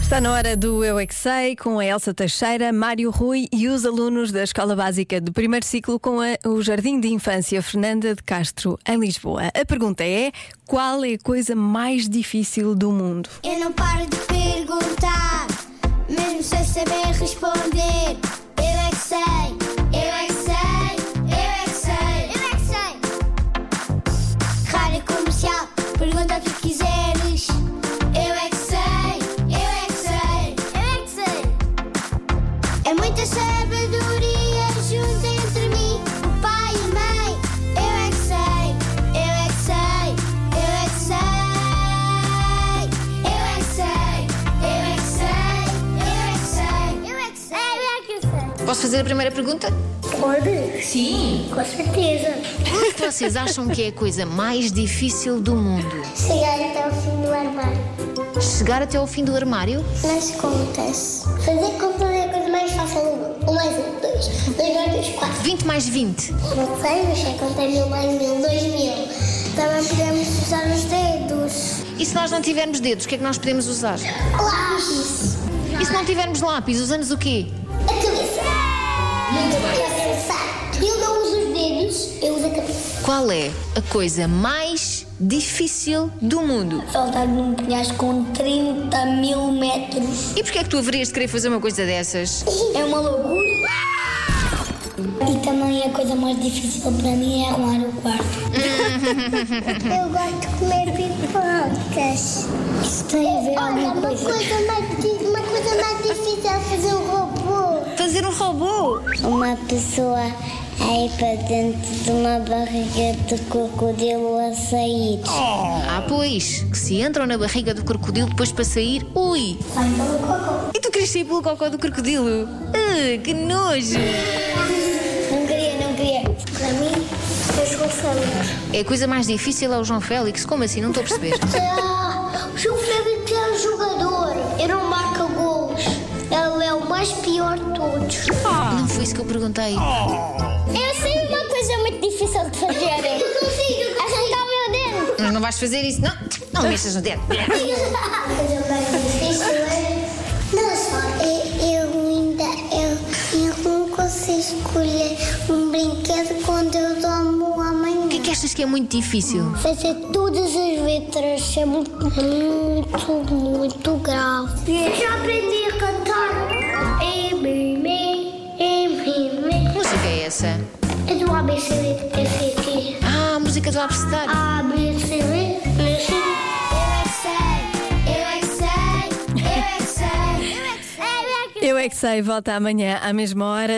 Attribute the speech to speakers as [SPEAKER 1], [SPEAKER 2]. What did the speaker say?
[SPEAKER 1] Está na hora do Eu é que Sei, com a Elsa Teixeira, Mário Rui e os alunos da Escola Básica de Primeiro Ciclo com a- o Jardim de Infância Fernanda de Castro, em Lisboa. A pergunta é: qual é a coisa mais difícil do mundo?
[SPEAKER 2] Eu não paro de perguntar, mesmo sem saber responder. Eu é que sei, eu é que sei, eu é que sei, eu é que sei. Rádio comercial, pergunta o que quiseres. Eu é que sei, eu é que sei, eu é que sei. É muita sabedoria junto entre mim, o pai e a mãe. Eu é que sei, eu é que sei, eu é que sei. Eu é que sei, eu é que sei, eu é que sei, eu é que sei. Eu é que
[SPEAKER 3] Posso fazer a primeira pergunta?
[SPEAKER 2] sei. Pode? Sim. Com certeza.
[SPEAKER 3] O que vocês acham que é a coisa mais difícil do mundo?
[SPEAKER 2] Chegar até o fim do armário.
[SPEAKER 3] Chegar até ao fim do armário?
[SPEAKER 2] Nas contas. Fazer contas é a coisa mais fácil do mundo. Um mais um, dois, dois mais dois, quatro.
[SPEAKER 3] 20 mais 20.
[SPEAKER 2] Não sei, mas sei contar mil mais mil, dois mil. Então, Também podemos usar os dedos.
[SPEAKER 3] E se nós não tivermos dedos, o que é que nós podemos usar?
[SPEAKER 2] Lápis.
[SPEAKER 3] E se não tivermos lápis, usamos o quê?
[SPEAKER 2] A cabeça. Muito bem. Eu não uso os dedos, eu uso a cabeça.
[SPEAKER 3] Qual é a coisa mais difícil do mundo?
[SPEAKER 2] Saltar num um penhasco com 30 mil metros.
[SPEAKER 3] E porquê é que tu haverias de querer fazer uma coisa dessas?
[SPEAKER 2] É uma loucura. E também a coisa mais difícil para mim é arrumar o quarto. Eu gosto de comer pipocas. Isso tem a ver Olha, uma coisa. mais, di- uma coisa mais difícil é fazer um robô.
[SPEAKER 3] Fazer um robô?
[SPEAKER 2] Uma pessoa aí para dentro de uma barriga de crocodilo a sair.
[SPEAKER 3] Ah, pois, que se entram na barriga do crocodilo depois para sair, ui!
[SPEAKER 2] Sai pelo cocô.
[SPEAKER 3] E tu queres sair pelo cocó do crocodilo? Ah, que nojo!
[SPEAKER 2] Não queria, não queria. Para mim, fez com saúde.
[SPEAKER 3] É a coisa mais difícil é o João Félix, como assim? Não estou a perceber.
[SPEAKER 2] Ah, o João Félix é um jogador. Ele não marca gols. Ele é o mais pior de todos.
[SPEAKER 3] Não foi isso que eu perguntei.
[SPEAKER 2] Eu sei É assim uma coisa muito difícil de fazer. Eu consigo. Arrancar o meu dedo.
[SPEAKER 3] Mas não vais fazer isso, não? Não mexas no dedo.
[SPEAKER 2] A coisa mais difícil é... Não, só eu, eu ainda... Eu, eu não consigo escolher um brinquedo quando eu dormo amanhã.
[SPEAKER 3] O que é que achas que é muito difícil?
[SPEAKER 2] Fazer todas as letras é muito, muito, muito grave. é Eu já aprendi a cantar. É mim, mim, é mim,
[SPEAKER 3] Que
[SPEAKER 2] mim.
[SPEAKER 3] música é essa?
[SPEAKER 2] É do ABCD, FT.
[SPEAKER 3] Ah, a música do abecedário.
[SPEAKER 2] ABCD, nasci. Eu é que sei, eu é que sei, eu é que sei, eu é que sei, eu é que sei.
[SPEAKER 1] Eu é que sei, volta amanhã à mesma hora.